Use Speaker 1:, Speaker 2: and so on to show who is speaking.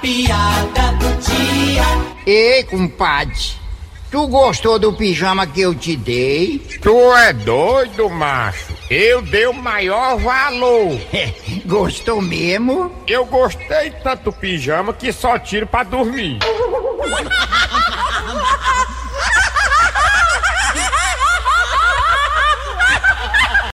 Speaker 1: piada do dia.
Speaker 2: Ei, compadre, tu gostou do pijama que eu te dei?
Speaker 3: Tu é doido, macho. Eu dei o maior valor.
Speaker 2: Gostou mesmo?
Speaker 3: Eu gostei tanto do pijama que só tiro pra dormir.